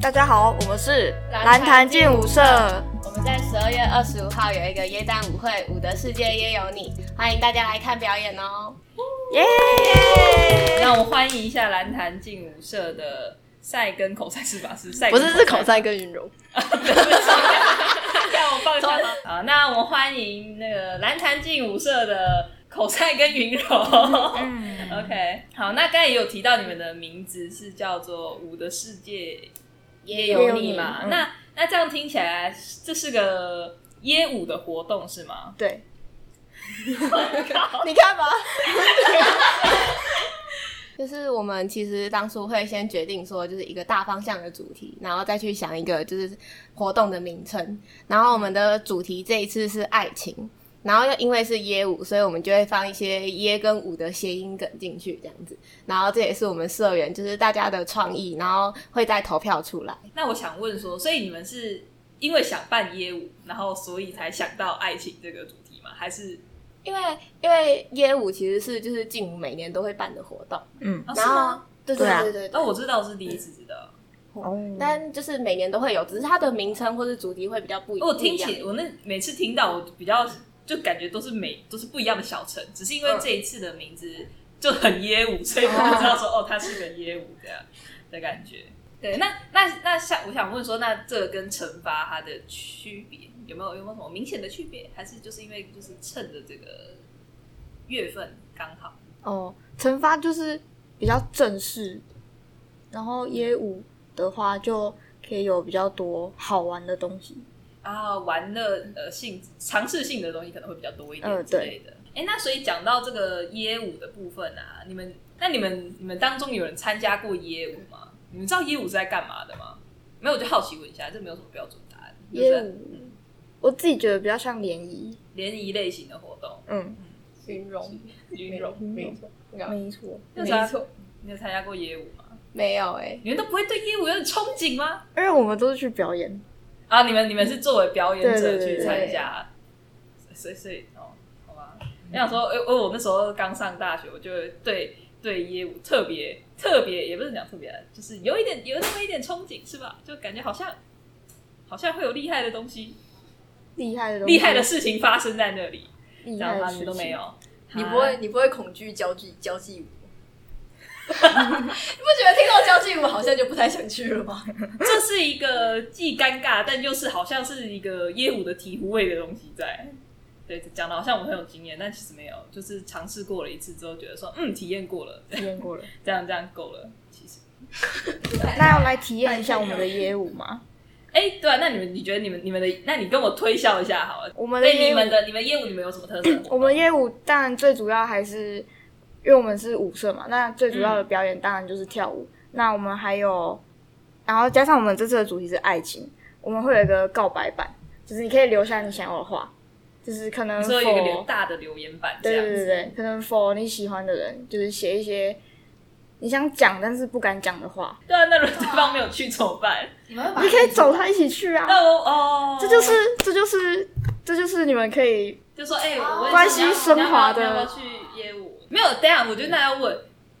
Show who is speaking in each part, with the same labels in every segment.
Speaker 1: 大家好，我们是
Speaker 2: 蓝
Speaker 1: 潭
Speaker 2: 潭
Speaker 1: 劲
Speaker 2: 劲
Speaker 1: 舞
Speaker 2: 舞
Speaker 1: 社
Speaker 2: 社。我们在十二月二十五号有一个耶诞舞会，舞的世界也有你，欢迎大家来看表演哦。
Speaker 1: 耶！
Speaker 3: 让我欢迎一下蓝潭劲舞社的赛跟口赛是吧？是赛
Speaker 1: 不
Speaker 3: 跟
Speaker 1: 是是口，塞跟云柔，
Speaker 3: 让我放下吗？啊，那我们欢迎那个蓝潭劲舞社的口赛跟云柔。OK，好， 那刚才也有提到你们的名字是叫做《舞的世界
Speaker 2: 也
Speaker 3: 也有
Speaker 1: 你
Speaker 3: 你》嘛？
Speaker 1: 嗯
Speaker 3: 那那这样听起来，这是个耶舞的活动是吗？
Speaker 1: 对。你看吧，
Speaker 2: 就是我们其实当初会先决定说，就是一个大方向的主题，然后再去想一个就是活动的名称。然后我们的主题这一次是爱情，然后又因为是耶舞，所以我们就会放一些耶跟舞的谐音梗进去，这样子。然后这也是我们社员就是大家的创意，然后会再投票出来。
Speaker 3: 那我想问说，所以你们是因为想办耶舞，然后所以才想到爱情这个主题吗？还是
Speaker 2: 因为因为耶舞其实是就是劲舞每年都会办的活动，
Speaker 1: 嗯，
Speaker 3: 哦是
Speaker 2: 然
Speaker 3: 吗
Speaker 2: 后嗯对对
Speaker 1: 对啊
Speaker 2: 对对对，
Speaker 3: 哦，我知道，我是第一次知道。哦
Speaker 2: 但就是每年都会有，只是它的名称或是主题会比较不一
Speaker 3: 我听
Speaker 2: 不一样
Speaker 3: 起，我那每次听到，我比较就感觉都是每都是不一样的小城，只是因
Speaker 2: 嗯
Speaker 3: 为这一次的名字就很耶舞，所以我就知道说哦，它是个耶舞这样的 感觉。对，那那那像我想问说，那这个跟惩罚它的区别有没有有没有什么明显的区别？还是就是因为就是趁着这个月份刚好？
Speaker 4: 哦，惩罚就是比较正式，然后耶舞的话就可以有比较多好玩的东西。
Speaker 3: 然后玩乐呃性尝试性的东西可能会比较多一点
Speaker 4: 嗯
Speaker 3: 之
Speaker 4: 对
Speaker 3: 类的。哎、那所以讲到这个耶舞的部分啊，你们那你们你们当中有人参加过耶舞吗？你们知道耶舞是在干嘛的吗？没有，我就好奇问一下，这没有什么标准答案。就是
Speaker 4: 耶舞，我自己觉得比较像联谊。
Speaker 3: 联谊类型的活动，
Speaker 4: 嗯，
Speaker 2: 云容，
Speaker 3: 云容，
Speaker 2: 没错，
Speaker 4: 没错，
Speaker 3: 没错，你有参加过耶舞吗？
Speaker 2: 没有哎、
Speaker 3: 你们都不会对耶舞有点憧憬吗？
Speaker 4: 因为我们都是去表演。
Speaker 3: 啊，你们你们是作为表演者
Speaker 4: 对对对
Speaker 3: 去
Speaker 4: 对
Speaker 3: 参加，所以所以哦，好吧。我想说，呃，我我那时候刚上大学，我就对对业务特别特别，也不是讲特别啊，就是有一点有那么一点憧憬，是吧？就感觉好像好像会有厉害的东西、
Speaker 4: 厉害的东西，
Speaker 3: 厉害的事情发生在那里，
Speaker 4: 厉
Speaker 3: 然
Speaker 4: 害
Speaker 3: 后
Speaker 4: 的
Speaker 3: 他
Speaker 4: 事
Speaker 3: 们
Speaker 4: 情
Speaker 3: 都没，有。
Speaker 1: 你
Speaker 3: 啊
Speaker 1: 不会你不会恐惧交际交际 舞？你不觉得听到交际舞好像就不太想去了吗？
Speaker 3: 这是一个既尴尬，但又是好像是一个业务的醍醐味的东西在。对，讲的好像我很有经验，但其实没有，就是尝试过了一次之后，觉得说，嗯，体验过了，
Speaker 4: 体验过了。
Speaker 3: 这样这样够了。其实，
Speaker 4: 那要来体验一下我们的耶舞吗？
Speaker 3: 哎，对啊，那你们你觉得你们你们的，那你跟我推销一下好了。
Speaker 4: 我们的
Speaker 3: 所以你
Speaker 4: 耶
Speaker 3: 们
Speaker 4: 舞，
Speaker 3: 的你们业务你们有什么特色活动？
Speaker 4: 我们耶舞当然最主要还是，因为我们是舞社嘛，那最主
Speaker 3: 嗯
Speaker 4: 要的表演当然就是跳舞。那我们还有，然后加上我们这次的主题是爱情，我们会有一个告白版，就是你可以留下你想要的话，就是可能
Speaker 3: 你
Speaker 4: for
Speaker 3: 说有一个留大的留言板这
Speaker 4: 对
Speaker 3: 样
Speaker 4: 对
Speaker 3: 子，
Speaker 4: 对对，可能 for 你喜欢的人，就是写一些你想讲但是不敢讲的话，
Speaker 3: 对啊，那如果对方没有去怎么办？
Speaker 1: 你们
Speaker 4: 你可以走他一起去啊。
Speaker 3: 那我哦，
Speaker 4: 这就是这就是这就是你们可以
Speaker 3: 就说哎，我问
Speaker 4: 关系
Speaker 3: 你要
Speaker 4: 升华的
Speaker 3: 你要不要去业务？没有，等一下我觉得那要问，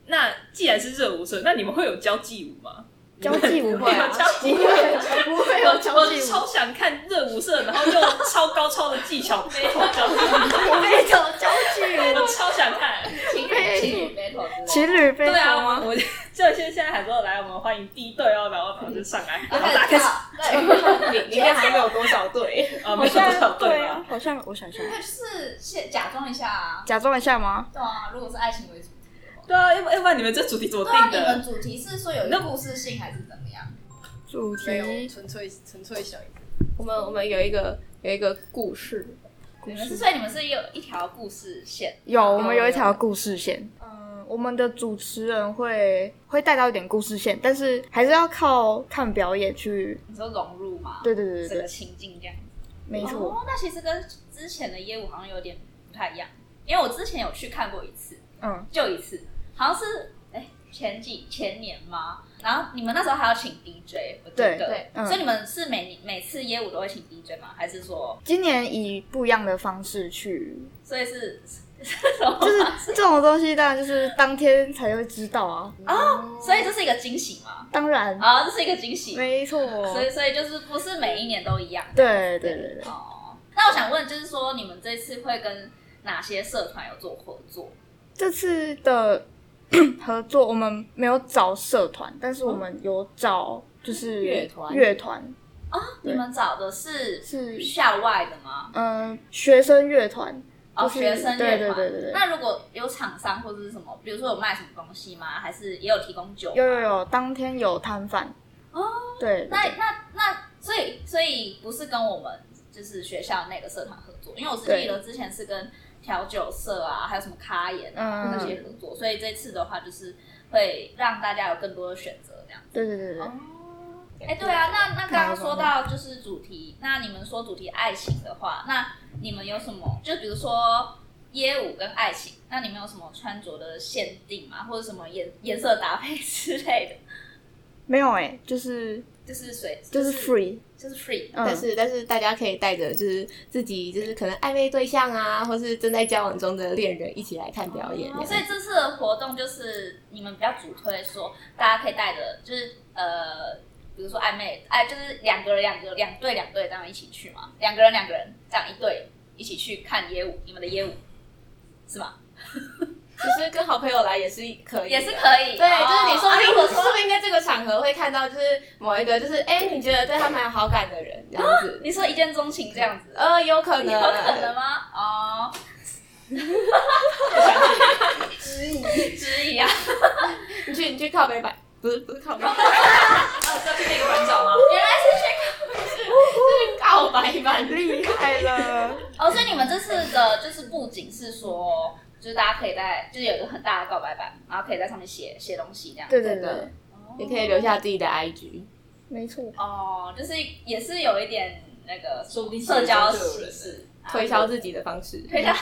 Speaker 3: 那既然是热舞社，那你们会有交际舞吗？
Speaker 4: 交际舞
Speaker 3: 你
Speaker 4: 会
Speaker 3: 们
Speaker 4: 啊
Speaker 3: 有交际舞？啊
Speaker 1: 不会
Speaker 3: 我我超想看热舞社，然后用超高超的技巧背后交际舞，
Speaker 1: 没有交际舞，
Speaker 3: 我超想看。
Speaker 2: 情侣情侣 battle 之类
Speaker 4: 情侣被
Speaker 3: 对啊，
Speaker 4: 吗？
Speaker 3: 我 我就现现在还说来，我们欢迎第一队哦，然后然后就上来，然后打开始
Speaker 2: 的， 对，里面还没有多少队，
Speaker 4: 好
Speaker 3: 啊，没有多少
Speaker 4: 像
Speaker 3: 队
Speaker 4: 啊
Speaker 3: 啊，，
Speaker 4: 好像我想一下，
Speaker 5: 就是先假装一下啊，
Speaker 4: 假装一下吗？
Speaker 5: 对啊，如果是爱情为主题的话，
Speaker 3: 对啊，要不要不然你们这主题怎么
Speaker 5: 对啊，
Speaker 3: 定
Speaker 5: 你们
Speaker 3: 的？
Speaker 5: 主题是说有一个故事性还是怎么样？
Speaker 4: 主
Speaker 1: 没有，
Speaker 4: 题
Speaker 1: 纯粹纯粹想。
Speaker 2: 我们我们有一个有一个故事，
Speaker 5: 你们是所以你们是有一条故事线，
Speaker 4: 有，我们有一条故事线。嗯，我们的主持人会会带到一点故事线，但是还是要靠看表演去。
Speaker 5: 你说融入吗？
Speaker 4: 对对对
Speaker 5: 整
Speaker 4: 对
Speaker 5: 个
Speaker 4: 对，
Speaker 5: 情境这样。
Speaker 4: 没错。
Speaker 5: 哦，那其实跟之前的业务好像有点不太一样，因为我之前有去看过一次，
Speaker 4: 嗯，
Speaker 5: 就一次，好像是哎前几前年吗？然后你们那时候还要请 DJ，我记
Speaker 4: 对
Speaker 5: 得，
Speaker 4: 对嗯
Speaker 5: 所以你们是每每次业务都会请 DJ 吗？还是说
Speaker 4: 今年以不一样的方式去，
Speaker 5: 所以是
Speaker 4: 就是这种东西，当然就是当天才会知道啊。
Speaker 5: 所以这是一个惊喜嘛？
Speaker 4: 当然，
Speaker 5: 啊，这是一个惊喜，
Speaker 4: 没错。
Speaker 5: 所以所以就是不是每一年都一样。
Speaker 4: 对对对对，
Speaker 5: 哦，那我想问，就是说你们这次会跟哪些社团有做合作？
Speaker 4: 这次的 合作我们没有找社团，但是我们有找就是
Speaker 2: 乐团
Speaker 4: 乐团
Speaker 5: 你们找的是
Speaker 4: 是
Speaker 5: 校外的吗？
Speaker 4: 嗯学生乐团，
Speaker 5: 哦，
Speaker 4: 就是
Speaker 5: 学生乐
Speaker 4: 对对
Speaker 5: 团。
Speaker 4: 对对对
Speaker 5: 那如果有厂商或者是什么，比如说有卖什么东西吗？还是也有提供酒吗？
Speaker 4: 有有有，当天有摊贩哦，对，对
Speaker 5: 那
Speaker 4: 对
Speaker 5: 那那，所以所以不是跟我们就是学校那个社团合作，因为我是记得之前是跟调酒社啊，还有什么咖研啊、
Speaker 4: 嗯
Speaker 5: 那些合作，所以这次的话就是会让大家有更多的选择这样。
Speaker 4: 对对对对，
Speaker 5: 哎、对啊，那那刚刚说到就是主题，那你们说主题爱情的话，那你们有什么？就比如说耶舞跟爱情，那你们有什么穿着的限定吗？或者什么颜颜色搭配之类的？
Speaker 4: 没有哎，就是
Speaker 5: 就是随
Speaker 4: 就是 free，
Speaker 5: 就是 free，
Speaker 2: 但
Speaker 4: 嗯，
Speaker 2: 是但是大家可以带着就是自己就是可能暧昧对象啊，或是正在交往中的恋人一起来看表演。
Speaker 5: 哦所以这次的活动就是你们比较主推说，大家可以带着就是呃，比如说暧昧，哎，就是两个人两个两对两对这样一起去嘛，两个人两个人这样一对一起去看耶舞，你们的耶舞是吗？
Speaker 2: 其实跟好朋友来也是可以，啊
Speaker 5: 也是可以，
Speaker 2: 对，
Speaker 5: 哦
Speaker 2: 就是你说不定，
Speaker 5: 啊如果
Speaker 2: 说
Speaker 5: 说
Speaker 2: 不定在这个场合会看到，就是某一个，就是哎、你觉得对他蛮有好感的人，这样
Speaker 6: 哦
Speaker 2: 子，
Speaker 5: 你说一见钟情这样子，
Speaker 2: 呃，有可
Speaker 5: 有
Speaker 2: 能，
Speaker 5: 可能吗？嗯 哦， 质疑质疑啊，
Speaker 2: 你去你去靠北摆，不是不是靠北，
Speaker 3: 啊，是要去那个班长吗？
Speaker 5: 原来是去
Speaker 2: 是告白版，
Speaker 4: 厉害了，
Speaker 5: 哦，所以你们这次的就是布景是说，就是大家可以在，就是有一个很大的告白板，然后可以在上面写写东西这样。
Speaker 4: 对对
Speaker 2: 对
Speaker 4: 对，
Speaker 2: 你可以留下自己的 IG，
Speaker 4: 没错，
Speaker 5: 哦，就是也是有一点那个
Speaker 3: 说不定
Speaker 5: 社交
Speaker 3: 就有
Speaker 5: 形
Speaker 3: 人
Speaker 5: 式，
Speaker 2: 推销自己的 方式，
Speaker 5: 推销。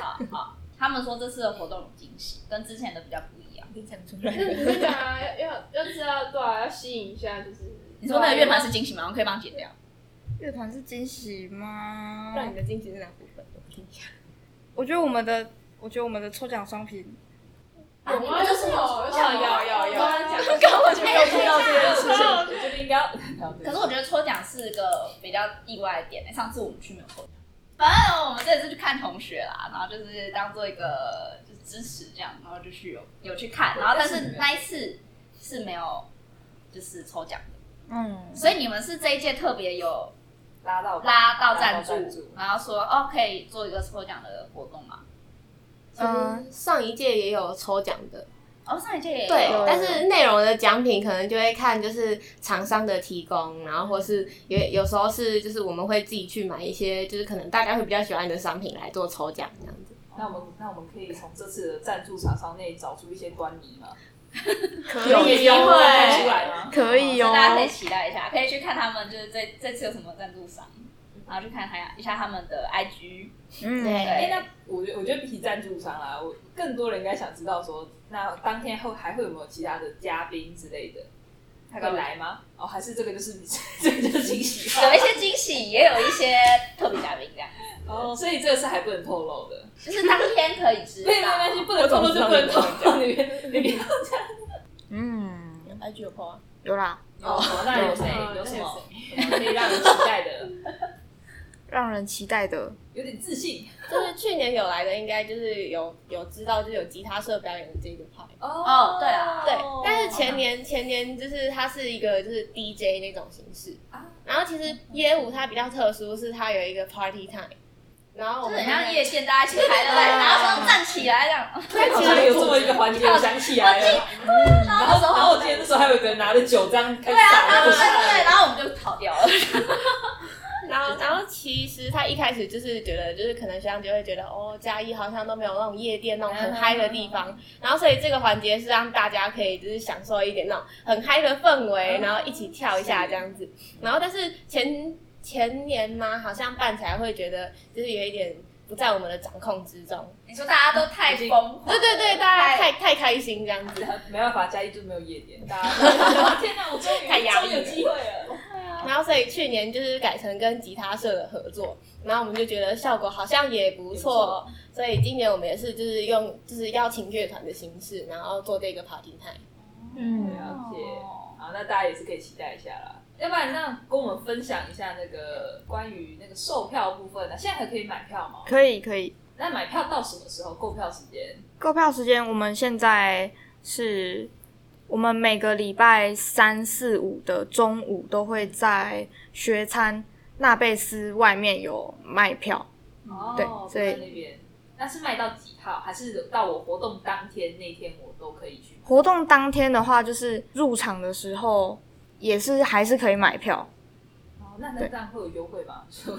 Speaker 5: 好好，他们说这次的活动有惊喜，跟之前的比较不一样。
Speaker 3: 你讲出来。
Speaker 6: 那个啊要要知道对啊，要吸引一下，就是
Speaker 3: 啊
Speaker 5: 你说那个乐团是惊喜吗？我可以帮你解掉。
Speaker 4: 乐团是惊喜吗？
Speaker 2: 让你的惊喜是哪部分？我听一下，
Speaker 4: 我觉得我们的，我觉得我们的抽奖商品，
Speaker 2: 啊哦
Speaker 6: 有吗？就是有，有
Speaker 3: 哦
Speaker 6: 有有有，
Speaker 2: 刚刚我就没有听到这件事情，
Speaker 3: 我觉得应该要聊这个
Speaker 5: 可是我觉得抽奖是个比较意外的点、欸上次我们去没有抽奖。反正我们这次去看同学啦，然后就是当做一个就是支持这样，然后就去有有去看，然后但是那一次是没有就是抽奖的，
Speaker 4: 嗯，
Speaker 5: 所以你们是这一届特别有
Speaker 3: 拉到
Speaker 5: 拉到赞
Speaker 3: 拉到赞助
Speaker 5: 助，然后说哦可以做一个抽奖的活动嘛。
Speaker 2: 嗯，上一届也有抽奖的，
Speaker 5: 哦，上一届也有
Speaker 2: 对
Speaker 4: 有，
Speaker 2: 但是内容的奖品可能就会看就是厂商的提供，然后或是有有时候是就是我们会自己去买一些就是可能大家会比较喜欢的商品来做抽奖这样子。
Speaker 3: 那我们那我们可以从这次的赞助厂商内找出一些端倪吗？
Speaker 4: 可
Speaker 2: 有
Speaker 4: 以
Speaker 2: 机会
Speaker 3: 出来吗？
Speaker 4: 可以
Speaker 5: 所
Speaker 4: 哦
Speaker 5: 以大家可以期待一下，可以去看他们就是这这次有什么赞助商，然后去看他一下他们的 IG。
Speaker 4: 嗯，
Speaker 2: 对，
Speaker 3: 哎、那我觉得我觉得比起赞助商啦，我更多人应该想知道说，那当天后还会有没有其他的嘉宾之类的，他会来吗？哦，还是这个就是这个就是惊喜
Speaker 5: 有一些惊喜，也有一些特别嘉宾这样，
Speaker 3: 哦，所以这个是还不能透露的，
Speaker 5: 就是当天可以知
Speaker 3: 没有没有
Speaker 5: 道
Speaker 3: 关。系，不能透露就不能透露，你别你别
Speaker 4: 嗯，
Speaker 2: IG 有抛啊，
Speaker 4: 有啦，
Speaker 3: 哦，那有谁
Speaker 6: 嗯
Speaker 3: 有什么什么可以让人期待的？
Speaker 4: 让人期待的，
Speaker 3: 有点自信
Speaker 2: 就是去年有来的，应该就是有有知道就是有吉他社表演的这个派。
Speaker 3: 哦
Speaker 5: 哦对啊
Speaker 2: 对，但是前年前年就是它是一个就是 DJ 那种形式
Speaker 3: 啊，
Speaker 2: 然后其实耶舞它比较特殊，是它有一个 party time，然后我
Speaker 5: 就
Speaker 2: 们
Speaker 5: 是很像夜店，大家一起排了， 然后说站起来这样。
Speaker 3: 好像有这么一个环节，我想起来了。然后，然后我记得那时候还有一个人拿着酒这样开始
Speaker 5: 对
Speaker 3: 打
Speaker 5: 对
Speaker 3: 过
Speaker 5: 对
Speaker 3: 去。
Speaker 5: 对，然后我们就跑掉了。
Speaker 2: 然后，然后其实他一开始就是觉得，就是可能学长就会觉得，哦，嘉义好像都没有那种夜店那种很嗨的地方，然后所以这个环节是让大家可以就是享受一点那种很嗨的氛围，然后一起跳一下这样子。然后但是前前年嘛，好像办起来会觉得就是有一点不在我们的掌控之中，
Speaker 5: 你说大家都太疯狂，
Speaker 2: 对对对，大家太太开心这样子。
Speaker 3: 没办法，嘉义就没有夜店，大家天哪，我终于
Speaker 2: 太压抑
Speaker 3: 终于有机会了。
Speaker 2: 然后所所以去年就是改成跟吉他社的合作，然后我们就觉得效果好像也不错，所以今年我们也是就是用就是邀请乐团的形式，然后做这个 party night。
Speaker 3: 嗯了解。好，那大家也是可以期待一下啦。要不然，那跟我们分享一下那个关于那个售票部分呢、啊现在还可以买票吗？
Speaker 4: 可以可以，
Speaker 3: 那买票到什么时候？购票时间？
Speaker 4: 购票时间我们现在是，我们每个礼拜三、四、五的中午都会在学餐纳贝斯外面有卖票，
Speaker 3: 哦，
Speaker 4: 对
Speaker 3: 不
Speaker 4: 所以
Speaker 3: 在那边那是卖到几号？还是到我活动当天那天我都可以去？
Speaker 4: 活动当天的话，就是入场的时候也是还是可以买票，
Speaker 3: 哦，那那
Speaker 4: 对
Speaker 3: 这样会有优惠吗？就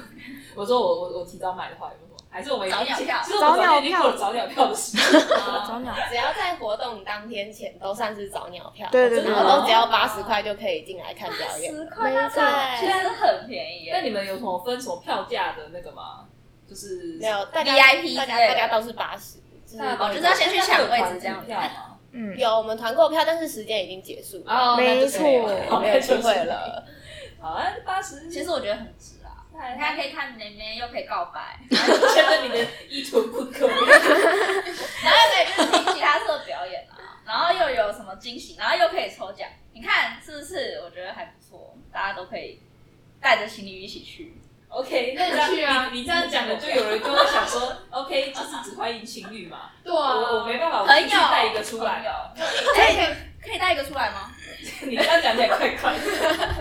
Speaker 3: 我说我我我提早买的话有没有？还是我们已经
Speaker 1: 早鸟票
Speaker 3: 其实我们早
Speaker 4: 早鸟
Speaker 3: 已经过了
Speaker 4: 票
Speaker 3: 早鸟票的时间。
Speaker 4: 早鸟
Speaker 2: 只要在活动当天前都算是早鸟票，
Speaker 4: 对对
Speaker 2: 就是
Speaker 4: 对
Speaker 2: 我都只要八十块就可以进来看表演。
Speaker 5: 十块那
Speaker 4: 没错
Speaker 5: 其实很便宜耶。
Speaker 3: 那你们有什么分什么票价的那个吗？就是
Speaker 2: 没有，大家
Speaker 1: VIP
Speaker 2: 大
Speaker 1: 之
Speaker 2: 家
Speaker 1: 类
Speaker 2: 大
Speaker 1: 的
Speaker 2: 家都是八十，就是
Speaker 3: 大家
Speaker 1: 哦就是要先去抢位置这样
Speaker 3: 票吗？
Speaker 4: 嗯，
Speaker 2: 有我们团购票，但是时间已经结束了，
Speaker 3: 哦，那
Speaker 4: 没
Speaker 3: 就是
Speaker 4: 错
Speaker 3: 没有
Speaker 2: 我没有机会。了。
Speaker 3: 好，那八十，
Speaker 5: 其实我觉得很值啊，你
Speaker 3: 还
Speaker 5: 看可以看妹妹，又可以告白，
Speaker 3: 觉得你的意图不可。
Speaker 5: 然后又可以去听吉他社表演啊，然后又有什么惊喜，然后又可以抽奖，你看是不是？我觉得还不错，大家都可以带着情侣一起去。
Speaker 3: OK，那这样
Speaker 6: 去啊
Speaker 3: 你你这样讲的，就有人跟我想说，OK，就是只欢迎情侣嘛。
Speaker 6: 对啊，
Speaker 3: 我我没办法，我
Speaker 5: 朋友
Speaker 3: 必须带一个出来哦。
Speaker 5: 哎，可以可以带一个出来吗？
Speaker 3: 你这样讲起来怪怪的。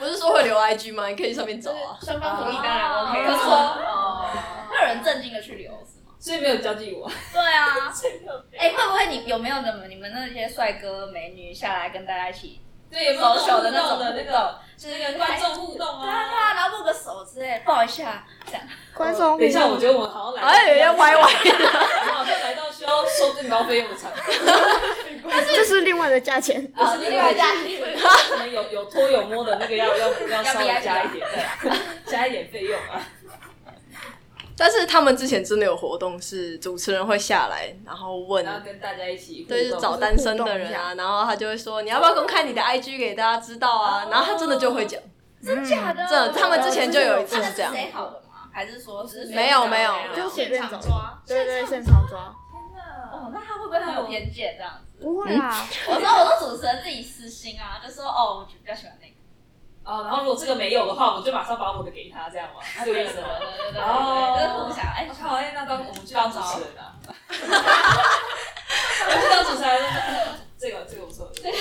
Speaker 1: 不是说会留 IG 吗？你可以去上面找啊。
Speaker 6: 双方同意
Speaker 5: 哦
Speaker 6: 当然 OK，
Speaker 5: 可
Speaker 6: 可
Speaker 5: 是
Speaker 6: 是
Speaker 5: 我
Speaker 6: 我
Speaker 5: 哦，会有人震惊的去留是吗？
Speaker 3: 所以没有交际舞啊。
Speaker 5: 对啊，
Speaker 3: 所以没有
Speaker 5: 哎，会不会你有没有你们你们那些帅哥美女下来跟大家一起
Speaker 3: 对，有没有
Speaker 5: social
Speaker 3: 互
Speaker 5: 的那
Speaker 3: 动
Speaker 5: 种
Speaker 3: 的那
Speaker 5: 互
Speaker 3: 个
Speaker 5: 动，
Speaker 3: 就是跟观众互动
Speaker 5: 对啊，
Speaker 3: 啊？
Speaker 5: 对啊然后握个手之类，抱一下，这样。
Speaker 4: 观众
Speaker 3: 等一下，
Speaker 4: 互动
Speaker 3: 我觉得我们好像来，
Speaker 1: 哎，要歪歪，
Speaker 3: 我们好像来到需要收更高费用的 场合，
Speaker 4: 这是另外的价钱，
Speaker 3: 可是另外加，可能有有拖有摸的那个要要要稍微加一点，对加一点费用啊。
Speaker 1: 但是他们之前真的有活动，是主持人会下来，然后问，
Speaker 3: 然后跟大家一起互动，
Speaker 1: 对，就是找单身的人啊，然后他就会说你要不要公开你的 IG 给大家知道啊，然后他真的就会讲，
Speaker 4: 嗯，
Speaker 5: 假的？
Speaker 1: 这他们之前就有一次
Speaker 5: 他们
Speaker 1: 是这样
Speaker 5: 谁好的吗？还是说是
Speaker 1: 没有没有
Speaker 4: 就随便找
Speaker 6: 抓，
Speaker 4: 对对，现场抓，
Speaker 5: 哦，那他会不会很有偏见这样子？
Speaker 4: 不会啊啦，
Speaker 5: 我说我说主持人自己私心啊，就说哦，我比较喜欢那个，
Speaker 3: 哦，然后如果这个没有的话，我就马上把我的给他，这样吗？这个意思吗？
Speaker 5: 对对对对，
Speaker 3: 哦
Speaker 5: 就是互相哎
Speaker 3: 我，靠，哎，那当我们去当主持人 啊，我去当主持人，这个这个不错，这个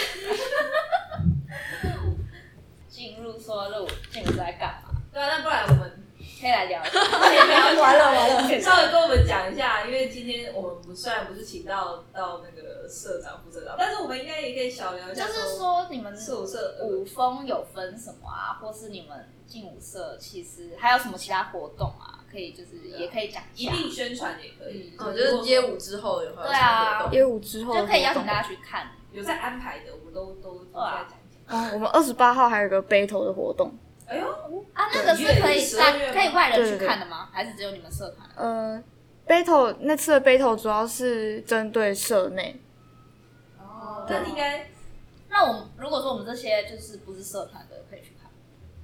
Speaker 5: 进入说入进入在干嘛？
Speaker 3: 对啊，那不然我们
Speaker 5: 可以来聊一下。
Speaker 1: 完了完了，
Speaker 3: 稍微跟我们讲一下，因为今天我们不虽然不是请到到那个社长、副社长，但是我们应该也可以小聊一
Speaker 5: 就
Speaker 3: 下，
Speaker 5: 是说你们
Speaker 3: 社舞社
Speaker 5: 舞风有分什么啊，或是你们进舞社其实还有什么其他活动啊？可以就是也可以讲一
Speaker 3: 一
Speaker 5: 下，
Speaker 3: 定宣传也可以，
Speaker 1: 嗯，就是街舞之后有会有
Speaker 5: 对啊
Speaker 1: 什么活动
Speaker 4: 业务之后
Speaker 5: 就可以邀请
Speaker 4: 家。
Speaker 5: 大家去看。
Speaker 3: 有在安排的，我们都都都在讲一讲。
Speaker 4: 哦，我们二十八号还有一个 battle 的活动，
Speaker 3: 哎呦，
Speaker 5: 啊，那个是可以
Speaker 3: 对因为
Speaker 5: 带可以外人
Speaker 4: 对
Speaker 5: 去
Speaker 4: 对对
Speaker 5: 看的吗？还是只有你们社团？
Speaker 4: 呃，battle 那次的 battle 主要是针对社内，
Speaker 3: 哦，那应该
Speaker 5: 那我们如果说我们这些就是不是社团的可以去 看，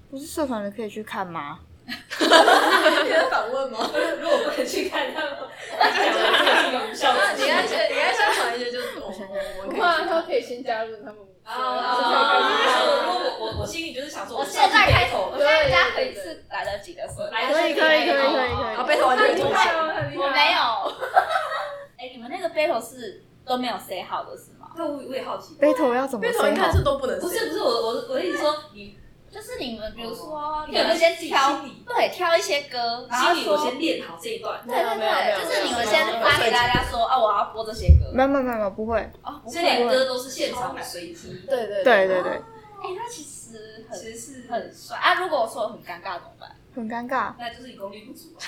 Speaker 4: 不是社团的可以去看吗？
Speaker 1: 你在反问 吗？
Speaker 3: 如果不能去看他们，那讲的这个 是一个无效
Speaker 1: 那
Speaker 3: 的事
Speaker 1: 你要
Speaker 3: 情。
Speaker 1: 先，你要先传一些，就是哦我我我
Speaker 6: 不
Speaker 1: 们
Speaker 6: 然
Speaker 1: 可
Speaker 6: 他可以先加入他们。
Speaker 3: 啊啊！如果我我我心里就是想说，
Speaker 5: 我现在开头，我
Speaker 3: 头
Speaker 5: 现在大家可
Speaker 6: 对
Speaker 5: 以
Speaker 6: 对对
Speaker 5: 是来得及的社团，
Speaker 3: 来
Speaker 4: 可以可以可以可以
Speaker 1: 以，啊，
Speaker 4: 可以，
Speaker 1: 被完全脱线。
Speaker 5: 我没有。 哎，你们那个 battle 是都没有 say 好的是吗？
Speaker 3: 那我我也好奇，
Speaker 4: 啊 battle 要怎么
Speaker 1: 被头
Speaker 4: 说
Speaker 1: 一看
Speaker 4: 好？
Speaker 1: 是都不能
Speaker 3: 不是
Speaker 1: 写，
Speaker 3: 不是我我我的意思说，你
Speaker 5: 就是你们比如说，你
Speaker 3: 有
Speaker 5: 们
Speaker 3: 个
Speaker 5: 先
Speaker 3: 先挑
Speaker 5: 挑，
Speaker 3: 心理，
Speaker 5: 对，挑一些歌，然后
Speaker 3: 心理我
Speaker 5: 说，
Speaker 3: 先练好这一段。
Speaker 5: 对对
Speaker 1: 没有没有
Speaker 5: 对，就是你们
Speaker 1: 没有
Speaker 5: 先
Speaker 1: 没有
Speaker 5: 发给大家说，啊，我要播这些歌。
Speaker 4: 没有没有没有没有不会，
Speaker 5: 哦，不
Speaker 3: 这
Speaker 5: 会。
Speaker 3: 两歌都是现场的随机，
Speaker 1: 对对
Speaker 4: 对对对，
Speaker 5: 哎，那其实
Speaker 3: 其
Speaker 5: 很
Speaker 3: 实是
Speaker 5: 很帅啊。如果我说我很尴尬怎么 办？
Speaker 4: 很尴尬。
Speaker 3: 那就是你功力不足啊。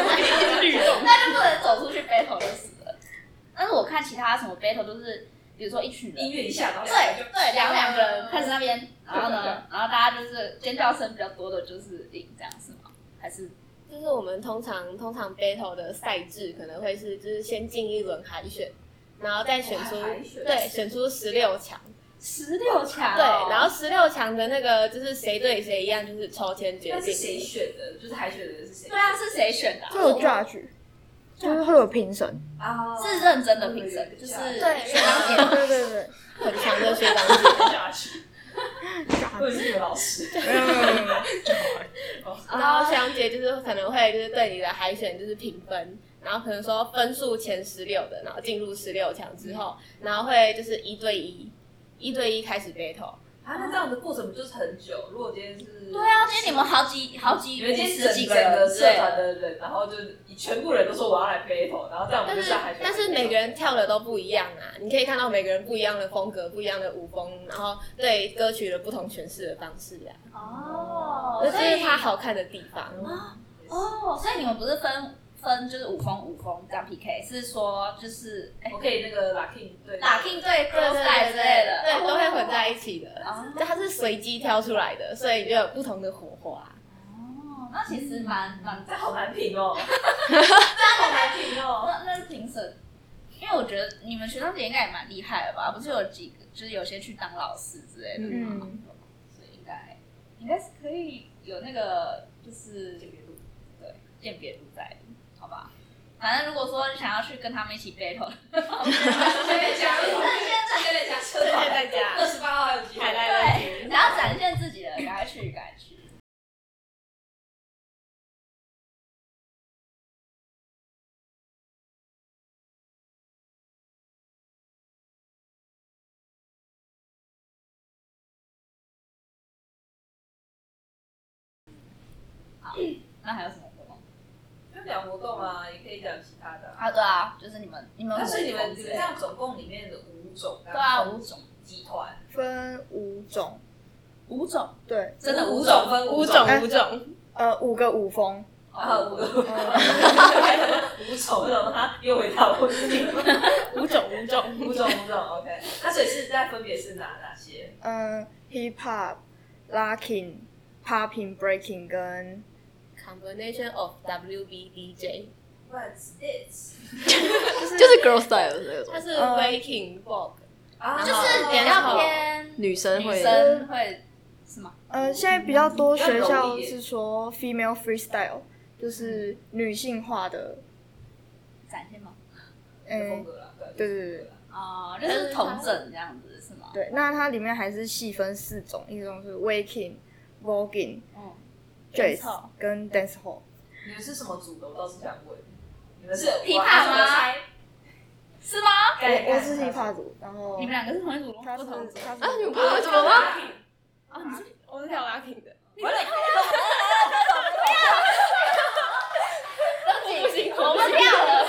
Speaker 5: 那就不能走出去 battle 就是了。但是我看其他什么 battle 都是，比如说一群人，
Speaker 3: 音乐一下，然后
Speaker 5: 对对，两两个人
Speaker 3: 嗯
Speaker 5: 开始那边，然后呢，然后大家就是尖叫声比较多的，就是赢这样是吗？还是
Speaker 2: 就是我们通常通常 battle 的赛制可能会是，就是先进一轮海选，然后再选出
Speaker 3: 海选
Speaker 2: 对选出十六强，
Speaker 5: 十六强哦，
Speaker 2: 对，然后十六强的那个就是谁对谁一样，就是抽签决
Speaker 3: 那是
Speaker 2: 定。
Speaker 3: 谁选的？就是海选的人是谁？
Speaker 5: 对啊，是谁选的啊？
Speaker 4: 就有 judge，就是会有评审。
Speaker 3: 啊，
Speaker 5: 是认真的评审，就是
Speaker 2: 对
Speaker 5: 学长姐
Speaker 4: 对对对，
Speaker 2: 很强的学长姐。
Speaker 3: judge，我也是你们老师。
Speaker 2: 然
Speaker 5: 哦
Speaker 2: 后学长姐就是可能会就是对你的海选就是评分，然后可能说分数前十六的，然后进入十六强之后，然后会就是一对一，一对一开始 battle。
Speaker 3: 啊，那这样的过程不就是很久？如果今天是
Speaker 5: 对啊，因为你们好几好几
Speaker 3: 你们今
Speaker 5: 五
Speaker 3: 天
Speaker 5: 十几
Speaker 3: 整
Speaker 5: 个
Speaker 3: 个
Speaker 5: 人，
Speaker 3: 社
Speaker 5: 对，
Speaker 3: 团的人，然后就是你全部人都说我要来 battle，然后这样我们
Speaker 2: 但
Speaker 3: 就是在海选。
Speaker 2: 但是每个人跳的都不一样啊，你可以看到每个人不一样的风格、不一样的舞风，然后对歌曲的不同诠释的方式啊，
Speaker 5: 哦，
Speaker 2: 这
Speaker 5: 所
Speaker 2: 是
Speaker 5: 以
Speaker 2: 它好看的地方。
Speaker 5: 哦，所以你们不是分分就是五峰五峰这样 PK，是说就是哎
Speaker 3: 我可以那个 lucky 对
Speaker 5: 打 king 对 girl
Speaker 2: 对
Speaker 5: style 之类的，
Speaker 2: 对，都会混在
Speaker 5: 起。
Speaker 2: 一起的。
Speaker 5: 哦
Speaker 2: 但它是随机挑出来的，所以就有不同的火花。
Speaker 5: 哦，那其实蛮蛮
Speaker 3: 这好难评哦，这好难评哦。
Speaker 5: 那那是评审，因为我觉得你们学长姐应该也蛮厉害的吧？不是有几个，就是有些去当老师之类的吗？
Speaker 4: 嗯
Speaker 5: 所以应该应该是可以有那个就是鉴别度，对，鉴别度在的，好吧？反正如果说想要去跟他们一起 battle，
Speaker 3: 在家，现在家，车
Speaker 2: 现在家
Speaker 3: 二十八号还有机会。
Speaker 5: 哦对，想要展现自己的，赶快去，赶快去。好，那还有什么活动？
Speaker 3: 就讲活动啊，也可以讲其他的啊。
Speaker 5: 啊，对啊，就是你们你们
Speaker 3: 但
Speaker 5: 活
Speaker 3: 是
Speaker 5: 动
Speaker 3: 你们你们
Speaker 5: 之类
Speaker 3: 这
Speaker 5: 的
Speaker 3: 样总共里面的五种，
Speaker 5: 对啊，五种
Speaker 3: 集团
Speaker 4: 分五种，
Speaker 5: 五种，
Speaker 4: 对，
Speaker 5: 真的
Speaker 3: 五
Speaker 5: 五
Speaker 3: 种
Speaker 5: 种
Speaker 3: 分
Speaker 2: 五
Speaker 3: 种，
Speaker 2: 种五种，
Speaker 4: 呃，五个舞风，
Speaker 3: 啊五个
Speaker 4: 呃
Speaker 3: 五种，然后他又回到我自己。
Speaker 2: 五种五种
Speaker 3: 五种五种，OK。那所以是在分别是哪哪些？
Speaker 4: 嗯，hip hop、locking、popping、breaking 跟
Speaker 2: combination of WB DJ，
Speaker 3: What's this？
Speaker 4: 就
Speaker 1: 就
Speaker 4: 是
Speaker 1: 是 girl style 的那种
Speaker 2: 它是
Speaker 4: 呃
Speaker 2: waking bog，
Speaker 3: 啊
Speaker 5: 就是比较哦偏
Speaker 1: 女生会
Speaker 5: 女生会是吗？
Speaker 4: 呃，现在比较多学
Speaker 3: 要柔
Speaker 4: 校
Speaker 3: 一点
Speaker 4: 是说 female freestyle，就是女性化的，
Speaker 5: 展现吗？
Speaker 3: 风
Speaker 4: 嗯，
Speaker 3: 格啦，
Speaker 4: 对对对
Speaker 5: 哦，就是同整这样子是吗？
Speaker 4: 对。那它里面还是细分四种，一种是 waking、voguing、
Speaker 5: 嗯，
Speaker 4: jazz 跟 dance hall。
Speaker 3: 你们是什么组的？我倒是想问。你们是
Speaker 5: 琵琶吗？是吗？
Speaker 4: 我我是 hip hop 组，然后
Speaker 5: 你们两个是同一组吗？
Speaker 4: 他是
Speaker 5: 不同组
Speaker 4: 他是
Speaker 1: 啊，你们不
Speaker 3: 我
Speaker 1: 会怎么了？
Speaker 5: 啊？你是
Speaker 2: 我是跳拉丁的，
Speaker 3: 完了，
Speaker 2: 不行，我
Speaker 5: 我们掉了，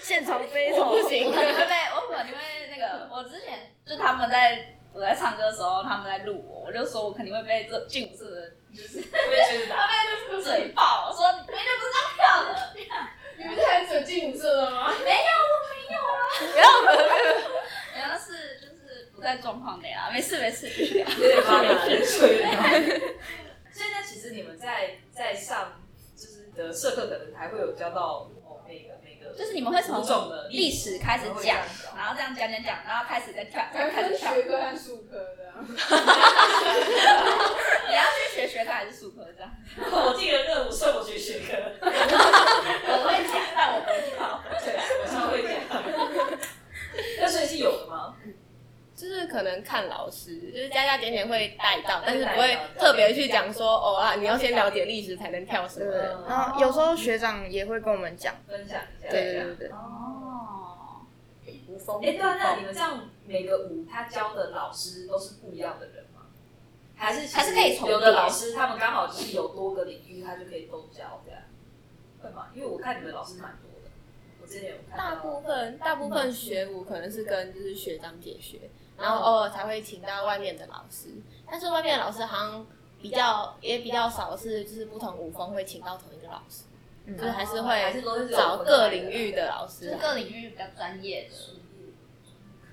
Speaker 4: 现场飞
Speaker 2: 不
Speaker 4: 头，
Speaker 2: 行
Speaker 5: 我，会被我可能会那个，我之前就他们在我在唱歌的时候，他们在录我，我就说我肯定会被这进舞室的人
Speaker 3: 我也觉得打。
Speaker 5: 嘴爆，我说你明明就不是这样跳的。
Speaker 6: 你们是很扯进舞社的吗？
Speaker 5: 原来是就是不在状况内啦，没事没事， 继续聊。
Speaker 3: 有点发麻，所以那其实你们在在上就是的社课，可能还会有教到哦每个每个，
Speaker 5: 就是你们会从
Speaker 3: 五种的
Speaker 5: 历史开始讲，然后这样讲讲讲，然后开始再跳，再开始跳。
Speaker 6: 科和数科的。
Speaker 5: 你要去学学科还是数科这样？
Speaker 3: 我进了热舞社，我学学科，
Speaker 5: 我会讲，但我不会跳。
Speaker 3: 对，我稍微讲。 那所以是有的吗？
Speaker 2: 就是可能看老师，就是家家点点会带到，但是不会特别去讲说哦啊，你要先了解历史才能跳什
Speaker 4: 对
Speaker 2: 么的。
Speaker 6: 啊
Speaker 4: 然后有时候学长也会跟我们讲，
Speaker 3: 分享一下。
Speaker 4: 对对对对，
Speaker 5: 哦，
Speaker 1: 无风
Speaker 3: 哎，对啊，那你们这样每个舞他教的老师都是不一样的人吗？还是其实
Speaker 5: 还是可以重叠
Speaker 3: 有的老师他们刚好就是有多个领域，他就可以都教这样，会吗？因为我看你们老师蛮多的，我之前有看到
Speaker 2: 大部分大部分学舞可能是跟就是学长姐学，然后偶尔才会请到外面的老师，但是外面的老师好像比较也比较少是就是不同舞风会请到同一个老师，
Speaker 4: 嗯
Speaker 2: 就是还是
Speaker 3: 还是
Speaker 2: 会
Speaker 3: 都是啊有
Speaker 2: 找各领域的老
Speaker 5: 就
Speaker 2: 师啊
Speaker 5: 是
Speaker 2: 来。
Speaker 5: 各领域比较专业的。
Speaker 3: 哦，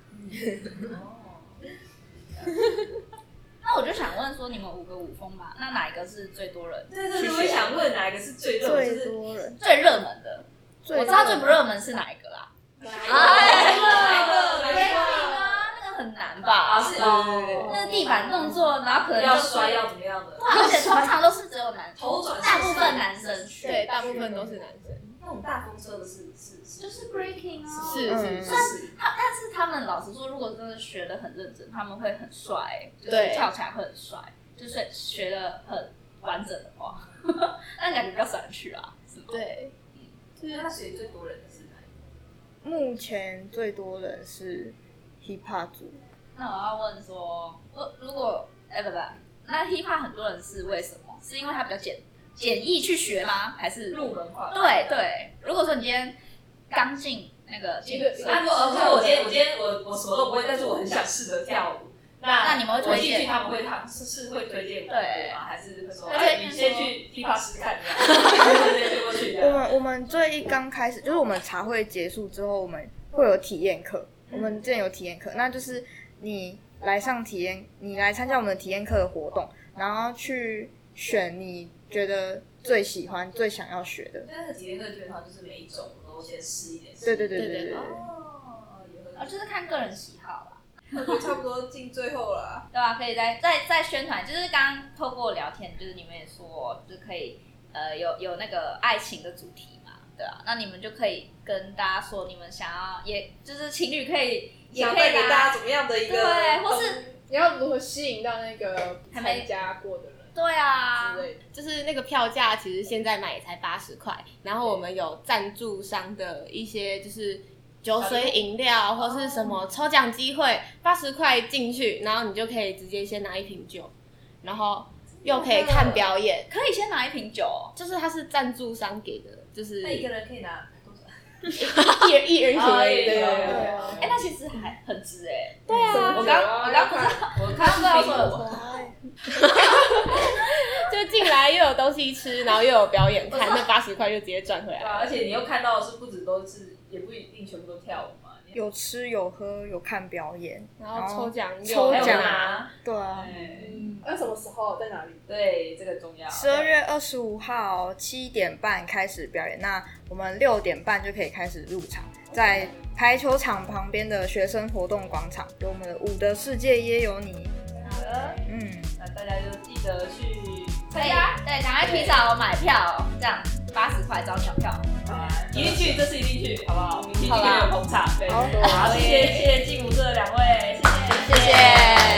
Speaker 5: 那我就想问说，你们五个舞风嘛，那哪一个是最多人、
Speaker 3: 对对对，我也想问哪一个是最热门，就
Speaker 4: 最
Speaker 3: 是
Speaker 4: 多人，
Speaker 5: 最热门的？
Speaker 4: 最
Speaker 5: 我知道最不热门是哪一个啦。
Speaker 3: 哎
Speaker 2: 哎
Speaker 3: 哪一个？哪一个？
Speaker 5: 没有啊，那个很难吧？
Speaker 3: 是
Speaker 6: 哦
Speaker 5: 那是地板动作，然后可能
Speaker 3: 要
Speaker 5: 就
Speaker 3: 摔要怎么样的？
Speaker 5: 哇而且通常都是只有男，
Speaker 3: 头转
Speaker 5: 大部分男生去，
Speaker 2: 对，大部分都是男生，
Speaker 3: 那种大风车的是是是
Speaker 5: 就是 breaking 啊。
Speaker 2: 是
Speaker 4: 嗯
Speaker 2: 是
Speaker 5: 但他但是他们老实说，如果真的学的很认真，他们会很帅、就是
Speaker 2: 对
Speaker 5: 跳起来会很帅，就是学的很完整的话， 那感觉比较少人去啊，是吗？
Speaker 2: 对，
Speaker 3: 那谁最多人的是哪一
Speaker 4: 目前最多人是 hip hop 组，
Speaker 5: 那我要问说，我如果哎不不，那 hip hop 很多人是为什么？是因为它比较简简易去学吗？还是
Speaker 3: 个入门款？
Speaker 5: 对对，如果说你今天刚进那个
Speaker 6: 一
Speaker 5: 健
Speaker 6: 个
Speaker 5: 身
Speaker 3: 啊，不，呃，像我今天，我今天我我什么都不会，但是我很想试着跳舞。那
Speaker 5: 那你们会推荐
Speaker 3: 我进去他们会他是是会推荐我
Speaker 5: 对
Speaker 3: 吗？还是会说，
Speaker 5: 而且
Speaker 3: 哎，你先
Speaker 5: 说
Speaker 3: 去琵琶试试看，直接就过去
Speaker 4: 我
Speaker 3: 的。
Speaker 4: 们我们最一刚开始就是我们茶会结束之后，我们会有体验课。我们之前有体验课，那就是你来上体验，你来参加我们的体验课的活动，然后去选你觉得最喜欢、最想要学的。
Speaker 3: 但是体验课基本上就是每一种我都先试一点。
Speaker 4: 对对对对对
Speaker 2: 对对
Speaker 4: 对。
Speaker 3: 哦，有的
Speaker 5: 哦，就是看个人喜好啦，
Speaker 6: 我 觉得差不多进最后了啊。
Speaker 5: 对吧、可以再再再宣传，就是刚刚透过聊天，就是你们也说，就是可以呃有有那个爱情的主题嘛，对吧、那你们就可以跟大家说，你们想要，也就是情侣可以，也
Speaker 6: 想
Speaker 5: 可
Speaker 6: 带
Speaker 5: 以
Speaker 6: 给大家怎么样的一个
Speaker 5: 对或
Speaker 6: 东西？
Speaker 5: 是
Speaker 6: 你要如何吸引到那个
Speaker 5: 还没
Speaker 6: 参加过的人
Speaker 5: 对啊
Speaker 6: 之，类的？
Speaker 2: 就是那个票价其实现在买也才八十块，然后我们有赞助商的一些就是。酒水、饮料或是什么抽奖机会，八十块进去，然后你就可以直接先拿一瓶酒，然后又可以看表演，
Speaker 5: 可以先拿一瓶酒哦、
Speaker 2: 就是它是赞助商给的，就是
Speaker 3: 那一个人可以拿多少？
Speaker 2: 一人一人行
Speaker 3: 哦
Speaker 2: 而
Speaker 3: 一
Speaker 2: 已，
Speaker 3: 人
Speaker 2: 对
Speaker 3: 一人
Speaker 2: 对对。
Speaker 6: 啊
Speaker 5: 哎、那其实还很值哎、
Speaker 6: 对啊
Speaker 5: 我刚我刚不知道，
Speaker 3: 我
Speaker 5: 刚刚不知道
Speaker 3: 苹
Speaker 5: 说
Speaker 3: 果
Speaker 5: 有什么
Speaker 2: 就进来又有东西吃，然后又有表 演看，那八十块就直接赚回来
Speaker 3: 对啊，
Speaker 2: 了。
Speaker 3: 而且你又看到的是不止都是，也不一定全部都跳舞嘛，你
Speaker 4: 有吃有喝有看表演，
Speaker 2: 然后抽奖又
Speaker 4: 哦抽
Speaker 3: 还有
Speaker 4: 奖
Speaker 3: 拿，
Speaker 4: 对啊。
Speaker 3: 哎，
Speaker 6: 嗯，那什么时候在哪里？
Speaker 3: 对，这个重要。
Speaker 4: 十二月二十五号七点半开始表演，那我们六点半就可以开始入场，在排球场旁边的学生活动广场有我们的舞的世界也有你，
Speaker 3: 好的，
Speaker 4: 嗯，
Speaker 3: 那大家就记得去
Speaker 5: 可以，
Speaker 3: 啊
Speaker 5: 对，赶快提早买票，这样八十块找小票。
Speaker 3: 啊，一定去，这次一定去，好不好？明天一定有捧场，对。
Speaker 4: 好
Speaker 3: 好，谢谢谢谢静茹这两位，谢谢。
Speaker 5: 谢谢。